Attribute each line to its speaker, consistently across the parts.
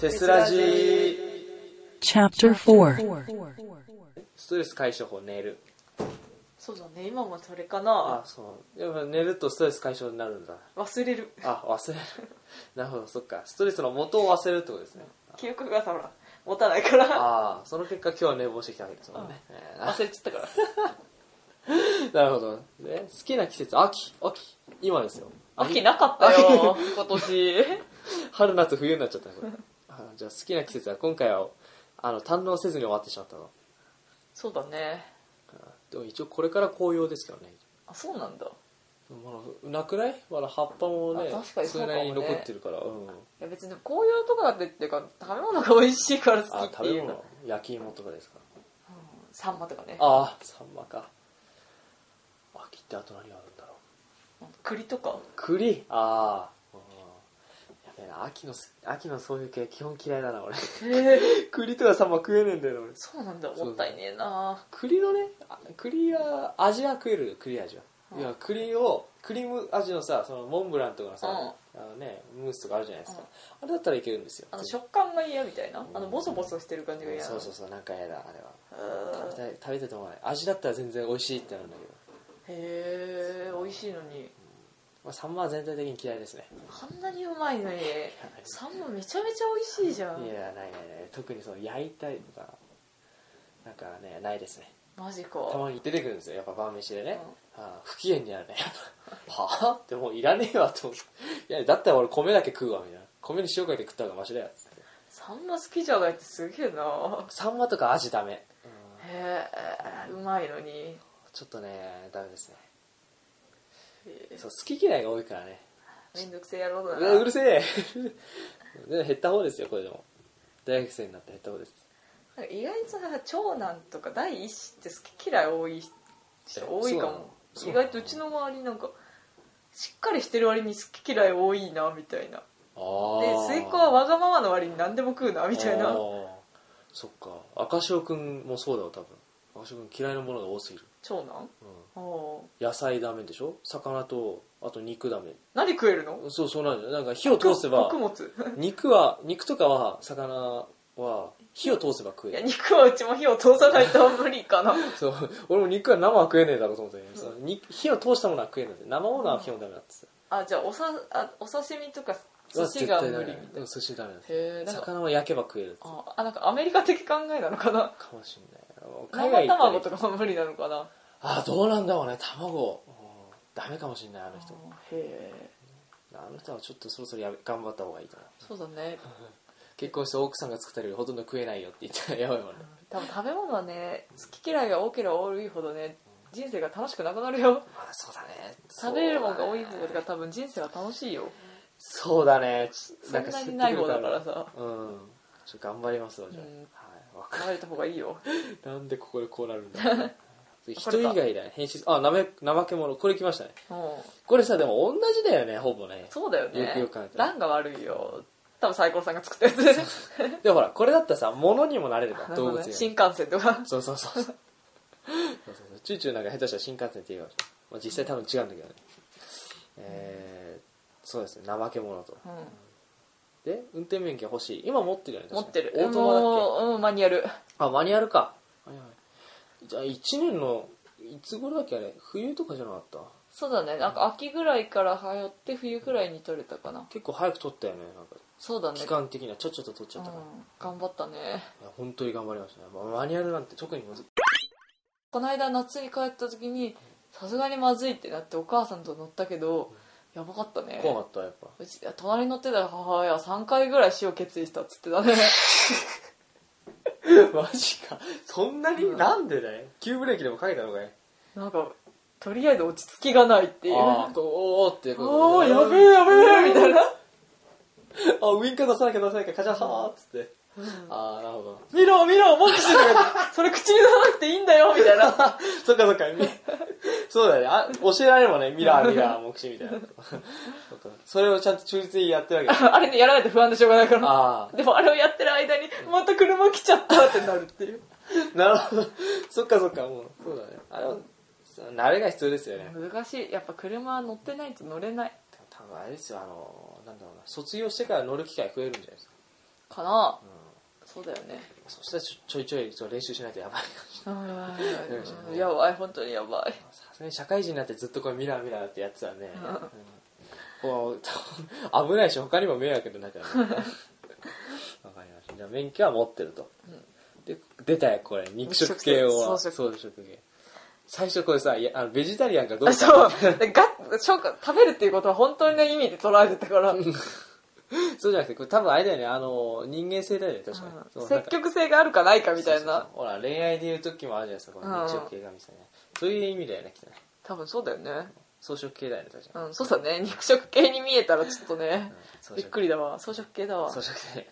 Speaker 1: テスラジー
Speaker 2: Chapter 4
Speaker 1: ストレス解消法寝る
Speaker 3: そうだね今もそれかな
Speaker 1: あそうやっぱ寝るとストレス解消になるんだ
Speaker 3: 忘れる
Speaker 1: あ忘れる なるほどそっかストレスの元を忘れるってことですね
Speaker 3: 記憶がさほら持たないから
Speaker 1: ああその結果今日は寝坊してきたわけですもんね、えー
Speaker 3: 忘れちゃったから
Speaker 1: なるほど、ね、好きな季節秋秋今ですよ
Speaker 3: 秋なかったよ今年
Speaker 1: 春夏冬になっちゃったねこれあじゃあ好きな季節は今回はあの堪能せずに終わってしまったの
Speaker 3: そうだね
Speaker 1: あでも一応これから紅葉ですけどね
Speaker 3: あそうなんだい
Speaker 1: まだなくないまだ葉っぱもね
Speaker 3: あ確かにそうか
Speaker 1: そ
Speaker 3: もね
Speaker 1: れなりに残ってるからうん
Speaker 3: や別に紅葉とかだってっていうか食べ物が美味しいから好
Speaker 1: あ
Speaker 3: きって
Speaker 1: 食
Speaker 3: い
Speaker 1: べ
Speaker 3: うの
Speaker 1: 物焼き芋とかですか
Speaker 3: サンマとかね
Speaker 1: ああサンマか秋ってあと何があるんだろう
Speaker 3: 栗とか
Speaker 1: 栗ああうんやべえな秋のす秋のそういう系基本嫌いだな俺 栗とかサンマ食えねえんだよな俺
Speaker 3: そうなんだもったいねえな
Speaker 1: 栗のねあ栗は味は食えるよ栗味は、
Speaker 3: うん
Speaker 1: いや栗をクリーム味のさそのモンブランとかのさ、あのねムースとかあるじゃないですか、あれだったらいけるんですよ
Speaker 3: あの食感が嫌みたいなあのボソボソしてる感じが嫌な
Speaker 1: そうそうそうなんか嫌だあれは食べた
Speaker 3: へ
Speaker 1: い食べたいと思わない味だったら全然美味しいってなるんだけど、
Speaker 3: え美味しいのに
Speaker 1: まあ、サンマは全体的に嫌いですね
Speaker 3: あんなにうまいのにサンマめちゃめちゃ美味しいじゃ
Speaker 1: い
Speaker 3: ん
Speaker 1: やないないない特にその焼いたりとかなんかねないですね
Speaker 3: マジ
Speaker 1: た
Speaker 3: か
Speaker 1: まに出てくるんですよやっぱ晩飯でね、ああ不機嫌になるねやっぱはあってもういらねえわと思っていやだったら俺米だけ食うわみたいな米に塩かけて食った方がマシだよっつって
Speaker 3: サンマ好きじゃないってすげえな
Speaker 1: サンマとかアジダメ、うん
Speaker 3: へえうまいのに
Speaker 1: ちょっとねダメですね
Speaker 3: へえ
Speaker 1: そう好き嫌いが多いからね
Speaker 3: めんどくせえ野郎だ
Speaker 1: うわう
Speaker 3: な
Speaker 1: るせえ でも減った方ですよこれでも大学生になって減った方です
Speaker 3: 意外とさ長男とか第一子って好き嫌い多い人多いかも
Speaker 1: そう
Speaker 3: 意
Speaker 1: なの
Speaker 3: 外とうちの周りなんかしっかりしてる割に好き嫌い多いなみたいな
Speaker 1: ああ
Speaker 3: で末っ子はわがままの割に何でも食うなみたい
Speaker 1: あ
Speaker 3: な
Speaker 1: ーそっか赤潮くんもそうだよ多分赤潮くん嫌いなものが多すぎる、
Speaker 3: 長男
Speaker 1: うん
Speaker 3: おー
Speaker 1: 野菜ダメでしょ魚とあと肉ダメ
Speaker 3: 何食えるの
Speaker 1: そうそうなんだよなんか火を通せば
Speaker 3: 穀物
Speaker 1: 肉は肉とかは魚は火を通せば食
Speaker 3: い
Speaker 1: え
Speaker 3: や
Speaker 1: る
Speaker 3: 肉はうちも火を通さないと無理かな
Speaker 1: そう俺も肉は生は食えねえだろうと思ったけどその肉火を通したものは食えない生ものは基本ダメだって
Speaker 3: あじゃあおさあお刺身とか
Speaker 1: 言
Speaker 3: 寿
Speaker 1: って
Speaker 3: 司
Speaker 1: た
Speaker 3: が
Speaker 1: う
Speaker 3: 無
Speaker 1: わ絶対ダメだ
Speaker 3: 理み
Speaker 1: ね
Speaker 3: たい
Speaker 1: で
Speaker 3: な
Speaker 1: も寿司ダメだって
Speaker 3: へえなんか
Speaker 1: 魚は焼けば食えるってか
Speaker 3: ああなんかアメリカ的考えなのかな
Speaker 1: もしんない海
Speaker 3: 生
Speaker 1: 外行ったり
Speaker 3: 卵とかも無理なのかな
Speaker 1: あどうなんだろうね卵うんダメかもしんないあの人
Speaker 3: へえ
Speaker 1: あの人はちょっとそろそろやめ頑張った方がいいと思う
Speaker 3: そうだね
Speaker 1: 結婚して奥さんが作った料理ほとんど食えないよって言ったらやばいもんね
Speaker 3: 多分食べ物はね好き嫌いが多ければ多いほどね人生が楽しくなくなるよ
Speaker 1: まあそうだね
Speaker 3: 食べれるものが多い方が多分人生は楽しいよ
Speaker 1: そうだねち
Speaker 3: そんなにない方だからさ
Speaker 1: うんちょっと頑張りますわじゃあ、
Speaker 3: う
Speaker 1: は
Speaker 3: ん
Speaker 1: いわか
Speaker 3: 食べれた方がいいよ
Speaker 1: るなんでここでこうなるん だろうな人以外だね変身あなめ怠け者これ来ましたね
Speaker 3: うん
Speaker 1: これさでも同じだよねほぼね
Speaker 3: そうだよね
Speaker 1: よくよく考えたら
Speaker 3: 欄が悪いよ多分サイコロさんが作ったやつ
Speaker 1: でもほらこれだったらさ物にもなれるから
Speaker 3: なる
Speaker 1: 動
Speaker 3: ほ
Speaker 1: 物
Speaker 3: ど
Speaker 1: に
Speaker 3: ね
Speaker 1: も
Speaker 3: 新幹線とか
Speaker 1: そうそうそうそうそうそうチューチューなんか下手したら新幹線って言うかもしれないまあ、実際多分違うんだけどねえー、そうですね怠け者と
Speaker 3: うん
Speaker 1: で運転免許欲しい今持ってるよね
Speaker 3: 持
Speaker 1: 確
Speaker 3: っ
Speaker 1: か
Speaker 3: てる
Speaker 1: オートマだっけ
Speaker 3: もううんマニュアル
Speaker 1: あマニュアルかはいはいじゃあ1年のいつ頃だっけあれ冬とかじゃなかった
Speaker 3: そうだねなんか秋ぐらいから通って冬ぐらいに取れたかな
Speaker 1: 結構早く取ったよねなんか
Speaker 3: そうだね
Speaker 1: 期間的にはちょっちょっと取っち
Speaker 3: う
Speaker 1: ゃっ
Speaker 3: ん
Speaker 1: たから、い
Speaker 3: 頑張ったね
Speaker 1: や本当に頑張りましたね、まあ、マニュアルなんて特にむず
Speaker 3: この間夏に帰った時にさすがにまずいってなってお母さんと乗ったけどやばかったね
Speaker 1: 怖かったやっ ぱ
Speaker 3: うち隣に乗ってた母親は3回ぐらい死を決意したっつって たね
Speaker 1: マジかそんなに、
Speaker 3: うん
Speaker 1: なんでだよ急ブレーキでもかけたのかい
Speaker 3: なんかとりあえず落ち着きがないっていう
Speaker 1: ああこうおーって
Speaker 3: お
Speaker 1: こ
Speaker 3: お
Speaker 1: う
Speaker 3: やべえやべえみたいな
Speaker 1: あウインカー出さなきゃ出さなきゃカチャハーっつって、ああなるほ ど
Speaker 3: 見ろ見ろ目視してるそれ口に出さなくていいんだよみたいな
Speaker 1: そっかそっか、みそうだよね。あ教えられるもんね。ミラー、ミラー、目視みたい な。そっかそれをちゃんと忠実にやってるわけだ。
Speaker 3: あれねやらないと不安でしょうがないから
Speaker 1: あ
Speaker 3: でもあれをやってる間にまた車来ちゃったってなるっていう
Speaker 1: あ、なるほど。そっかそっか、もう。そうだね。あれは、そう慣れが必要ですよね。
Speaker 3: 難しいやっぱ車は乗ってないと乗れない
Speaker 1: 多分あれですよ、あの、なんだろうな。卒業してから乗る機会増えるんじゃないですか。
Speaker 3: かな
Speaker 1: うん、
Speaker 3: そうだよね
Speaker 1: そしたらちょちょいちょいそう練習しないとやばい
Speaker 3: うんやばい本当にやばい
Speaker 1: さすがに社会人になってずっとこれミラーミラーってやってたらね、
Speaker 3: うん
Speaker 1: うんこう危ないし他にも迷惑になっちゃう からねわかりましたじゃあ免許は持ってると、で出たよこれ肉食系を
Speaker 3: 肉食系草食
Speaker 1: 食系最初これさいやあのベジタリアンかどうか
Speaker 3: そうでガッ消化食べるっていうことは本当に意味で捉えてたから、うん
Speaker 1: そうじゃなくてこれ多分あれだよねあの人間性だよね確かに、そうなん
Speaker 3: 積
Speaker 1: か
Speaker 3: 極性があるかないかみたいな
Speaker 1: そうそうそうほら恋愛でいう時もあるじゃないですかこの肉食系がみたいな、そういう意味だよねきっとね
Speaker 3: 多分そうだよね
Speaker 1: 草食系だよね確かに、
Speaker 3: うんそうだね肉食系に見えたらちょっとね、
Speaker 1: 草食
Speaker 3: びっくりだわ草食系だわ
Speaker 1: 草食系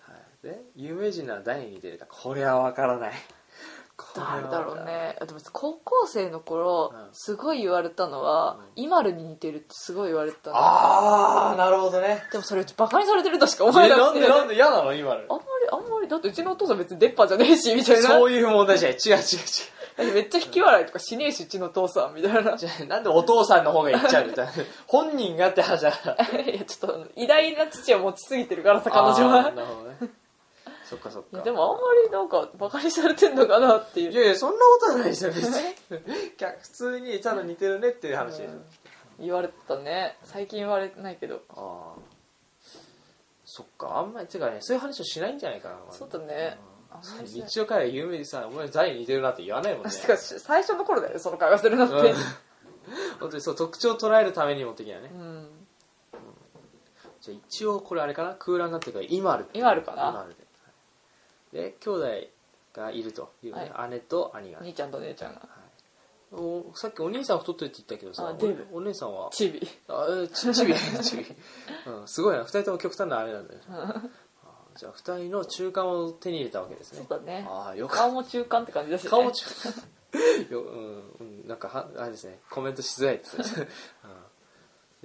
Speaker 1: はいで有名人なら誰に出るかこれは分からないこれは
Speaker 3: 誰
Speaker 1: 分
Speaker 3: だ
Speaker 1: から
Speaker 3: ろ
Speaker 1: な
Speaker 3: う
Speaker 1: い
Speaker 3: ねでも高校生の頃、
Speaker 1: うん
Speaker 3: すごい言われたのは、イマルに似てるってすごい言われたの
Speaker 1: ああなるほどね
Speaker 3: でもそれうちバカにされてるとしか
Speaker 1: え
Speaker 3: 思えな
Speaker 1: な
Speaker 3: く
Speaker 1: ん
Speaker 3: て
Speaker 1: でなんで嫌なの今
Speaker 3: あん
Speaker 1: の
Speaker 3: まりあんまりだってうちのお父さん別に出っ歯じゃねえしみたいな
Speaker 1: そういう問題じゃない違う違う違う
Speaker 3: だってめっちゃ引き笑いとかしねえしうちのお父さんみたいない
Speaker 1: じゃあなんでお父さんの方が言っちゃうみたいな本人がって話だから
Speaker 3: やちょっと偉大な父を持ちすぎてるからさ彼女
Speaker 1: あー
Speaker 3: は
Speaker 1: なるほどねそっかそっ
Speaker 3: い
Speaker 1: か
Speaker 3: やでもあんまりなんかバカにされてんのかなっていう
Speaker 1: いやいやそんなことはないですよ別に普通にただ似てるねっていう話でしょ、
Speaker 3: うん言われてたね最近言われてないけど
Speaker 1: ああそっかあんまりてかねそういう話をしないんじゃないかな
Speaker 3: そうだねあんまりしない
Speaker 1: 日曜から有名でさ「お前ザイに似てるな」って言わないもんね
Speaker 3: てか最初の頃だよねその会話するのって
Speaker 1: うん本当にそう特徴を捉えるためにも的なね、
Speaker 3: うん
Speaker 1: じゃあ一応これあれかな空欄になってるから今ある
Speaker 3: 今あるかな
Speaker 1: 今あるではいで兄弟がいるというね、姉と兄が、
Speaker 3: 兄ちゃんと姉ちゃんが
Speaker 1: おさっきお兄さん太ってるって言ったけどさ
Speaker 3: あデブ
Speaker 1: おお姉さんは
Speaker 3: チビ
Speaker 1: あえちちびちび、うん、すごいな二人とも極端な姉なん だよねあじゃあ二人の中間を手に入れたわけです
Speaker 3: そう
Speaker 1: ね
Speaker 3: だね
Speaker 1: ああよかった
Speaker 3: 顔も中間って感じだし、ね、
Speaker 1: 顔も違う よ、うんうん、なんかはあれですねコメントしづらいですね、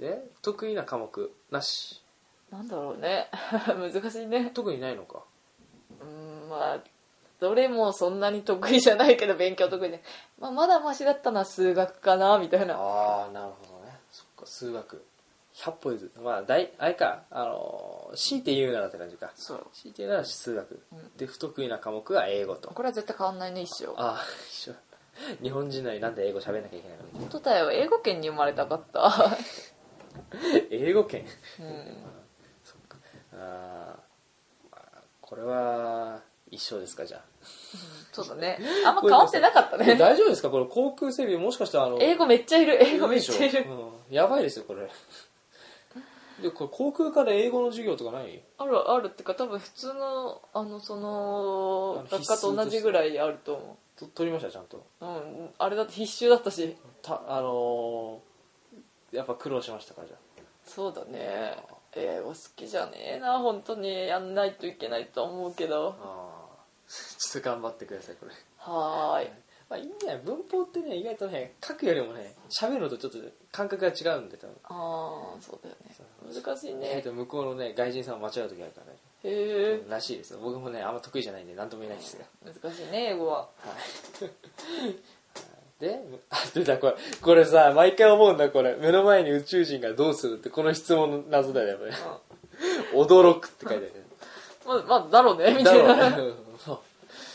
Speaker 1: うん、で得意な科目なし
Speaker 3: なんだろうね 難しいね
Speaker 1: 特にないのか
Speaker 3: うんまあどれもそんなに得意じゃないけど勉強得意で、まあ、まだマシだったのは数学かなみたいな
Speaker 1: ああなるほどねそっか数学100歩譲ってまあ大あれかあのー強いて言うならって感じか
Speaker 3: そう
Speaker 1: 強いて言うなら数学、
Speaker 3: ん
Speaker 1: で不得意な科目が英語と
Speaker 3: これは絶対変わんないね一生
Speaker 1: ああ一緒日本人なのになんで英語喋んなきゃいけないのみたいな
Speaker 3: 本当だよ英語圏に生まれたかった
Speaker 1: 英語圏
Speaker 3: うん
Speaker 1: そっかあー、まあ、これは一緒ですかじゃあ
Speaker 3: そうだねあんま変わってなかった
Speaker 1: え
Speaker 3: ね
Speaker 1: 大丈夫ですかこれ航空整備もしかしたらあの
Speaker 3: 英語めっちゃいる英語め
Speaker 1: で
Speaker 3: っ
Speaker 1: し
Speaker 3: ち
Speaker 1: ょ
Speaker 3: ゃいる
Speaker 1: うんやばいですよこれでこれ航空科で英語の授業とかない
Speaker 3: あるあるってか多分普通のあのそ
Speaker 1: あ
Speaker 3: の
Speaker 1: の
Speaker 3: 学科と同じぐらいあると思
Speaker 1: と取りましたちゃんと
Speaker 3: ううんあれだって必修だったした
Speaker 1: あのーやっぱ苦労しましたからじゃ
Speaker 3: そうだね英語好きじゃねえな本当にやんないといけないと思うけど
Speaker 1: ああーちょっと頑張ってくださいこれ
Speaker 3: はーい
Speaker 1: まあいいんじゃない文法ってね意外とね書くよりもね喋るのとちょっと感覚が違うんで多分
Speaker 3: ああそうだよね難しい
Speaker 1: 意外
Speaker 3: ね
Speaker 1: と向こうのね外人さんを間違う時あるからね
Speaker 3: へえ
Speaker 1: らしいですよ僕もねあんま得意じゃないんで何とも言えないですよ
Speaker 3: 難しいね英語は
Speaker 1: で、あ、出た、これ。これさ、毎回思うんだ、これ。目の前に宇宙人がどうするって、この質問の謎だよ、やっぱり。驚くって書い て
Speaker 3: まあまあだろうね
Speaker 1: ある。
Speaker 3: みたい
Speaker 1: ね。
Speaker 3: な
Speaker 1: そ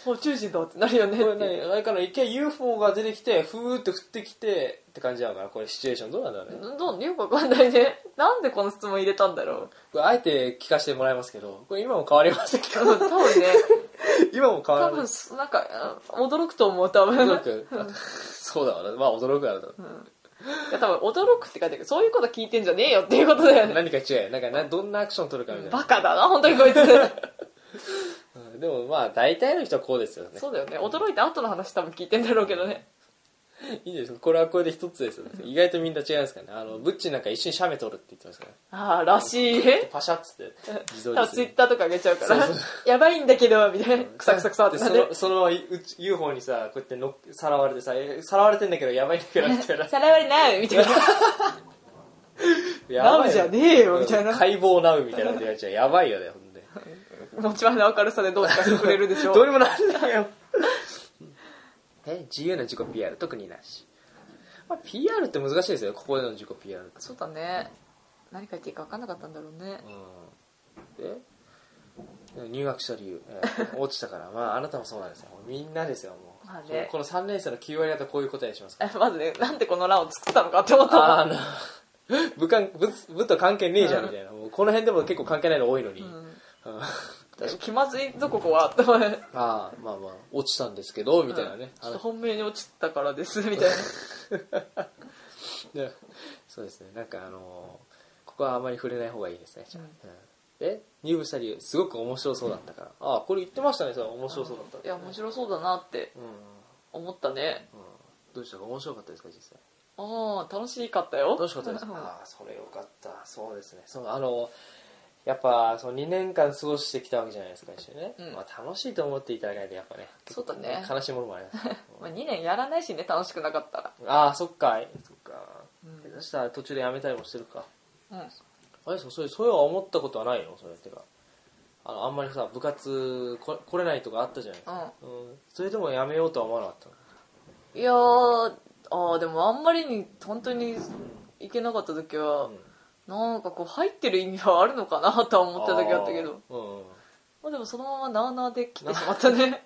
Speaker 1: う
Speaker 3: 宇宙人だってなるよね
Speaker 1: これね、あれかな、一回 UFO が出てきて、ふーって降ってきて、って感じなのかな、これシチュエーションどうなんだろうね。
Speaker 3: どうよくわかんないねなんでこの質問入れたんだろう
Speaker 1: これ、あえて聞かせてもらいますけど、これ今も変わりません
Speaker 3: 多
Speaker 1: か
Speaker 3: 分ね
Speaker 1: 今も変わ
Speaker 3: 多
Speaker 1: らない
Speaker 3: 分。なんかうん驚くと思う多分
Speaker 1: 驚く。あそうだわな。まあ、驚くだろうな。
Speaker 3: いや多分驚くって書いてあるけどそういうこと聞いてんじゃねえよっていうことだよね
Speaker 1: 何か違う。なんかな、どんなアクション取るかみたい
Speaker 3: バ
Speaker 1: な。
Speaker 3: カだな本当にこいつ
Speaker 1: うんでも、まあ、大体の人はこうですよね。
Speaker 3: そうだよね驚いた後の話多分聞いてんだろうけどね
Speaker 1: いいんじゃないですかこれはこれで一つですよ意外とみんな違いますからねあのブッチなんか一緒に写メ撮るって言ってますから
Speaker 3: ああらしい
Speaker 1: パシャッつって自撮
Speaker 3: 多
Speaker 1: り
Speaker 3: 分
Speaker 1: す
Speaker 3: ツイ
Speaker 1: る
Speaker 3: ッターとか上げちゃうから
Speaker 1: そうそ
Speaker 3: やばいんだけどみたいなクサクサクサって
Speaker 1: で
Speaker 3: な
Speaker 1: そ
Speaker 3: って
Speaker 1: のそのままうち UFO にさこうやってのっさらわれてさえさらわれてんだけどやばいんだけどみたいな
Speaker 3: さらわれないみたいな
Speaker 1: やば
Speaker 3: ナウ
Speaker 1: い
Speaker 3: じゃねえよみたいな
Speaker 1: 解剖ナウみたいなこと言われちゃうやばいよねほ んで
Speaker 3: 持ち前の明るさでどうにかしてくれるでしょ
Speaker 1: どうにもなんない よえ自由な自己 PR 特になし、まあ、PR って難しいですよここでの自己 PR って
Speaker 3: そうだね何書いていいか分かんなかったんだろうね
Speaker 1: で入学した理由、え ー落ちたからまああなたもそうなんですよみんなですよもう、
Speaker 3: まあね
Speaker 1: この3年生の9割方こういう答えしますから
Speaker 3: えまずねなんでこの欄を作ったのかって思ったもん
Speaker 1: あの 部関部部と関係ねえじゃんみたいな、もうこの辺でも結構関係ないの多いのに、うん あ
Speaker 3: 気まずいぞここはと思って
Speaker 1: あまあまあ落ちたんですけどみたいなね、
Speaker 3: ち
Speaker 1: あ
Speaker 3: ょっと
Speaker 1: の
Speaker 3: 本命に落ちたからです みたいな
Speaker 1: ねそうですねなんかあのーここはあまり触れない方がいいですねじゃあ、うんで入部した理由すごく面白そうだったから、ああこれ言ってましたねそれ面白そうだったって
Speaker 3: いや面白そうだなって
Speaker 1: うん、うん、
Speaker 3: 思ったね
Speaker 1: どうでしたか面白かったですか実際
Speaker 3: ああ楽しかったよ
Speaker 1: 楽しかったです
Speaker 3: うん
Speaker 1: ああそれよかったそうですねそのあのやっぱその2年間過ごしてきたわけじゃないですか一緒にね、
Speaker 3: うん
Speaker 1: まあ、楽しいと思っていただかないとやっぱね
Speaker 3: そうだね
Speaker 1: 悲しいものもあります、
Speaker 3: まあ、2年やらないしね楽しくなかったら
Speaker 1: ああそっかそっか、
Speaker 3: うん
Speaker 1: そしたら途中でやめたりもしてるか
Speaker 3: うん
Speaker 1: あれそうそれそういうは思ったことはないのそれってかあのあんまりさ部活こ来れないとかあったじゃないですか、うんそれでもやめようとは思わなかったの
Speaker 3: いやーあーでもあんまりに本当に行けなかった時は、なんかこう入ってる意味はあるのかなとは思った時あったけど
Speaker 1: あーうんうん
Speaker 3: まあでもそのままなあなあで来てしまったね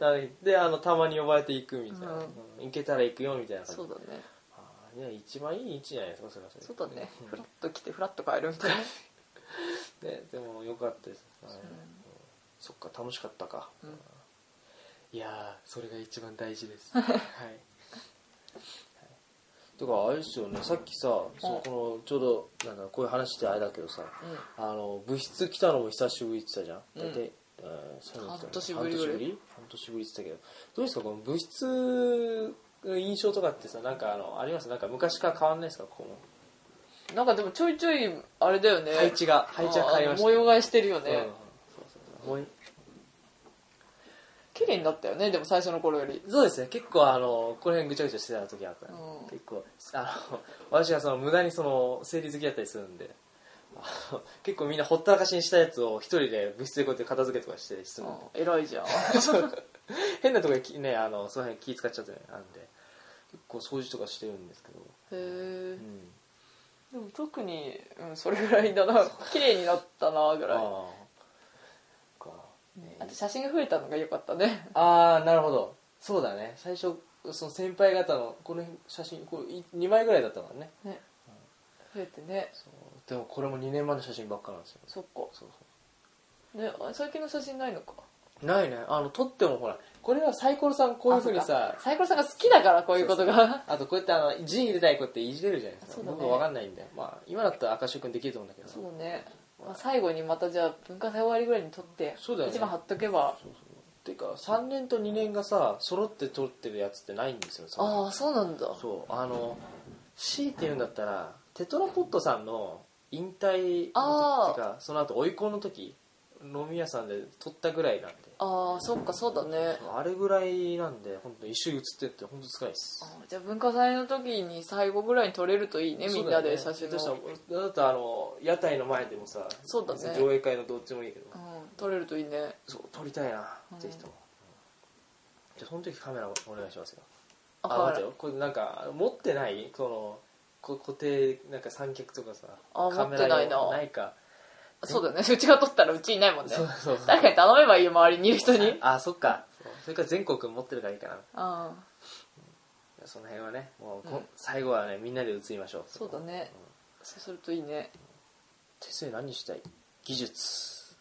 Speaker 1: なのでであのたまに呼ばれて行くみたいな、
Speaker 3: うん
Speaker 1: うん行けたら行くよみたいな感じ
Speaker 3: そうだね
Speaker 1: あーいや一番いい位置じゃないですかそれはそれ
Speaker 3: そうだねフラッと来てフラッと帰るみたいな
Speaker 1: ねでもよかったです、はいそっか楽しかったか、
Speaker 3: うん
Speaker 1: いやーそれが一番大事 です、はい、はい、とかあれですよねさっきさそのこのちょうどなんだろうこういう話ってあれだけどさあの部室来たのも久しぶりって言ってたじゃん大体、うんそうなんですよね
Speaker 3: 半年ぶりぐら
Speaker 1: 半
Speaker 3: い
Speaker 1: 年ぶり半年ぶりって言ってたけどどうですかこの部室の印象とかってさなんかあのありますなんか昔から変わんないですかこの
Speaker 3: うんなんかでもちょいちょいあれだよね
Speaker 1: 配置が配置が変わりました
Speaker 3: あー模様替えしてるよね、
Speaker 1: うんそうそうそうもう
Speaker 3: 綺麗になったよねでも最初の頃より
Speaker 1: そうですね結構あのこの辺ぐちゃぐちゃしてた時あった、ら
Speaker 3: うん
Speaker 1: 結構あの私がその無駄にその生理好きだったりするんであの 結構みんなほったらかしにしたやつを一人で部室でこうやって片付けとかして質問
Speaker 3: うん偉いじゃん
Speaker 1: 変なとこできねあのその辺気使っちゃってなんで結構掃除とかしてるんですけど、
Speaker 3: へえ
Speaker 1: うん、
Speaker 3: でも特に、うん、それぐらいだな綺麗になったなぐらいあ
Speaker 1: ああかね
Speaker 3: と写真が増えたのが良かったね
Speaker 1: ああなるほどそうだね最初その先輩方のこの写真これ2枚ぐらいだったからね
Speaker 3: ね増えてね
Speaker 1: そうでもこれも2年前の写真ばっかなんですよ
Speaker 3: そっか
Speaker 1: そうそう
Speaker 3: ねあ最近の写真ないのか
Speaker 1: ないねあの撮ってもほらこれはサイコロさんこういうふうにさ
Speaker 3: サイコロさんが好きだからこういうことが
Speaker 1: あとこうやってあの字入れたいこうやっていじれるじゃないです
Speaker 3: そ
Speaker 1: か
Speaker 3: うだね
Speaker 1: 僕わかんないんでまあ今だったら赤潮君できると思うんだけど
Speaker 3: そうだね、まあ、最後にまたじゃあ文化祭終わりぐらいに撮って
Speaker 1: そうだよね
Speaker 3: 一番貼っとけば
Speaker 1: ていうか3年と2年がさ揃って撮ってるやつってないんですよそんな
Speaker 3: ああそうなんだ
Speaker 1: そうあの C って言うんだったらテトラポットさんの引退の
Speaker 3: あ
Speaker 1: 時
Speaker 3: ー
Speaker 1: っていうかその後追い子の時飲み屋さんで撮ったぐらいなんで
Speaker 3: ああそっかそうだね
Speaker 1: あれぐらいなんで本当一周映ってって本当つかいです
Speaker 3: あーじゃあ文化祭の時に最後ぐらいに撮れるといいねみんなで写真
Speaker 1: そうだよ
Speaker 3: を
Speaker 1: ねだってあの屋台の前でもさ
Speaker 3: そうだね
Speaker 1: 上映会のどっちもいいけど、
Speaker 3: うん、撮れるといいね
Speaker 1: そう撮りたいな、
Speaker 3: うん
Speaker 1: ぜひともうんじゃあその時カメラお願いしますよ
Speaker 3: あ
Speaker 1: あ待ってよこれなんか持ってないこのこ固定なんか三脚とかさ
Speaker 3: あ
Speaker 1: カメ
Speaker 3: 持
Speaker 1: ラ
Speaker 3: ってない
Speaker 1: 用
Speaker 3: な
Speaker 1: ないか
Speaker 3: そうだね うちが撮ったらうちいないもんね
Speaker 1: そうそうそう
Speaker 3: 誰かに頼めばいいよ周りにいる人に
Speaker 1: あそっかそうそれから全国持ってるからいいかな
Speaker 3: ああ
Speaker 1: その辺はねもうこ、
Speaker 3: うん
Speaker 1: 最後はねみんなで写りましょう
Speaker 3: そうだね
Speaker 1: ん
Speaker 3: そうするといいね
Speaker 1: 手数何したい技術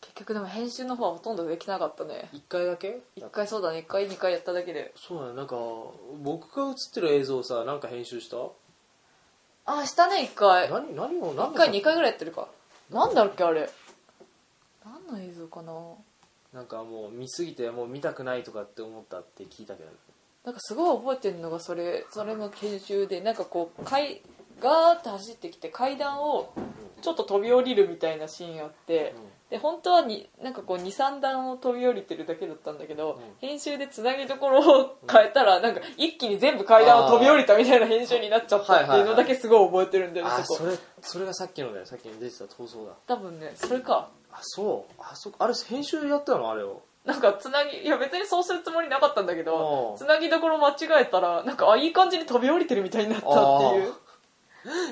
Speaker 3: 結局でも編集の方はほとんどできなかったね
Speaker 1: 一回だけ
Speaker 3: 1回そうだね1回2回やっただけで
Speaker 1: そうだねなんか僕が映ってる映像をさなんか編集した
Speaker 3: ああしたね1回
Speaker 1: 何何を何
Speaker 3: 1
Speaker 1: の
Speaker 3: 回2回ぐらいやってるかなんだっけあれ何の映像かな
Speaker 1: なんかもう見すぎてもう見たくないとかって思ったって聞いたけど
Speaker 3: なんかすごい覚えてるのがそれそれの研修でなんかこう階ガーッて走ってきて階段をちょっと飛び降りるみたいなシーンあって、で本当はになんかこう23段を飛び降りてるだけだったんだけど、
Speaker 1: うん
Speaker 3: 編集でつなぎどころを変えたら、なんか一気に全部階段を飛び降りたみたいな編集になっちゃったっていうのだけすごい覚えてるんだよね、
Speaker 1: あ
Speaker 3: そ
Speaker 1: そ
Speaker 3: こ
Speaker 1: れそれがさっきのねさっきに出てた闘争だ
Speaker 3: 多分ねそれか
Speaker 1: あそうあそこあれ編集やったのあれを
Speaker 3: なんかつなぎいや別にそうするつもりなかったんだけ
Speaker 1: う
Speaker 3: ど
Speaker 1: ん
Speaker 3: つなぎどころ間違えたらなんかあいい感じに飛び降りてるみたいになったっていう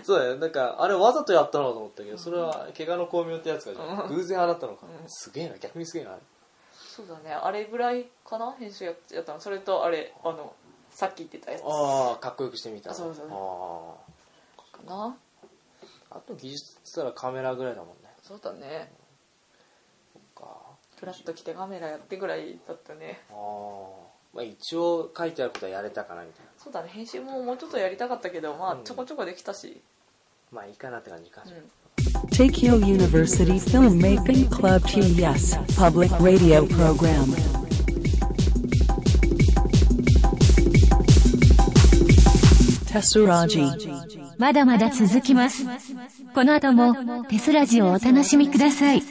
Speaker 1: そうだよなんかあれわざとやったのかと思ったけどそれは怪我の巧妙ってやつがじゃん偶然あなったのか
Speaker 3: うん
Speaker 1: すげえな逆にすげえなあれ
Speaker 3: そうだねあれぐらいかな編集やっやったのそれとあれあのさっき言ってたやつか
Speaker 1: ああかっこよくしてみた
Speaker 3: あそうそう
Speaker 1: あ
Speaker 3: な
Speaker 1: ーあと技術っつったらカメラぐらいだもんね
Speaker 3: そうだね
Speaker 1: そっか
Speaker 3: フラッと来てカメラやってぐらいだったね
Speaker 1: ああまあ一応書いてあることはやれたかなみたいな
Speaker 3: そうだね編集ももうちょっとやりたかったけどまあ
Speaker 1: うん
Speaker 3: ちょこちょこできたし
Speaker 1: まあいいかなって感じか
Speaker 3: うん、
Speaker 2: Tokyo University Filmmaking Club TES Public Radio Program. Tesuraji.
Speaker 4: まだまだ続きます。この後もテスラジをお楽しみください。